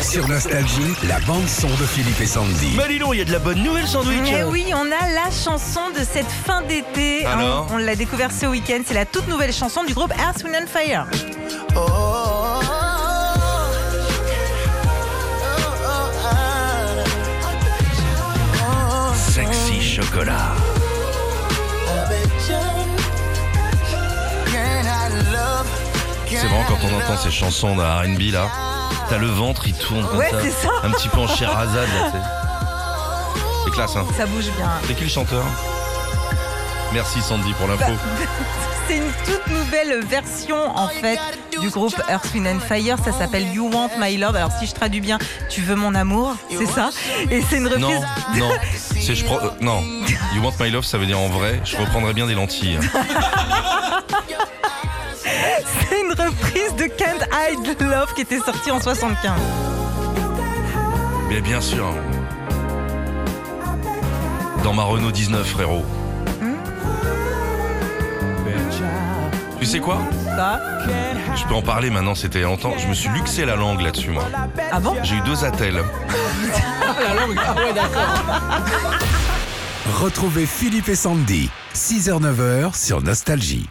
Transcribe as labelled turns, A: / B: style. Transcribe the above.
A: Sur Nostalgie, la bande-son de Philippe et Sandy.
B: Mais dis donc, il y a de la bonne nouvelle, sandwich.
C: Mais Eh oui, on a la chanson de cette fin d'été. hein.
B: Alors
C: on l'a découvert ce week-end. C'est la toute nouvelle chanson du groupe Earth, Wind and Fire.
B: Sexy chocolat. C'est vraiment quand on entend ces chansons de R&B là, t'as le ventre, il tourne comme
C: Ouais,
B: ça,
C: c'est ça.
B: un petit peu en Sherazade là, tu sais. C'est classe hein.
C: Ça bouge bien.
B: C'est qui le chanteur Merci Sandy pour l'info.
C: Bah, C'est une toute nouvelle version en fait du groupe Earth, Wind and Fire. Ça s'appelle You Want My Love. Alors si je traduis bien, tu veux mon amour, c'est ça. Et c'est une reprise.
B: non, non, c'est je prends, euh, non. You want my love, ça veut dire en vrai, je reprendrais bien des lentilles. hein.
C: C'est une reprise de Can't Hide Love qui était sortie en 75.
B: Mais bien sûr. Dans ma Renault 19, frérot.
C: Hmm.
B: Tu sais quoi
C: Ça.
B: Je peux en parler maintenant, c'était il y a longtemps. Je me suis luxé la langue là-dessus, moi.
C: Ah bon
B: J'ai eu deux attelles.
A: Retrouvez Philippe et Sandy, 6h-9h sur Nostalgie.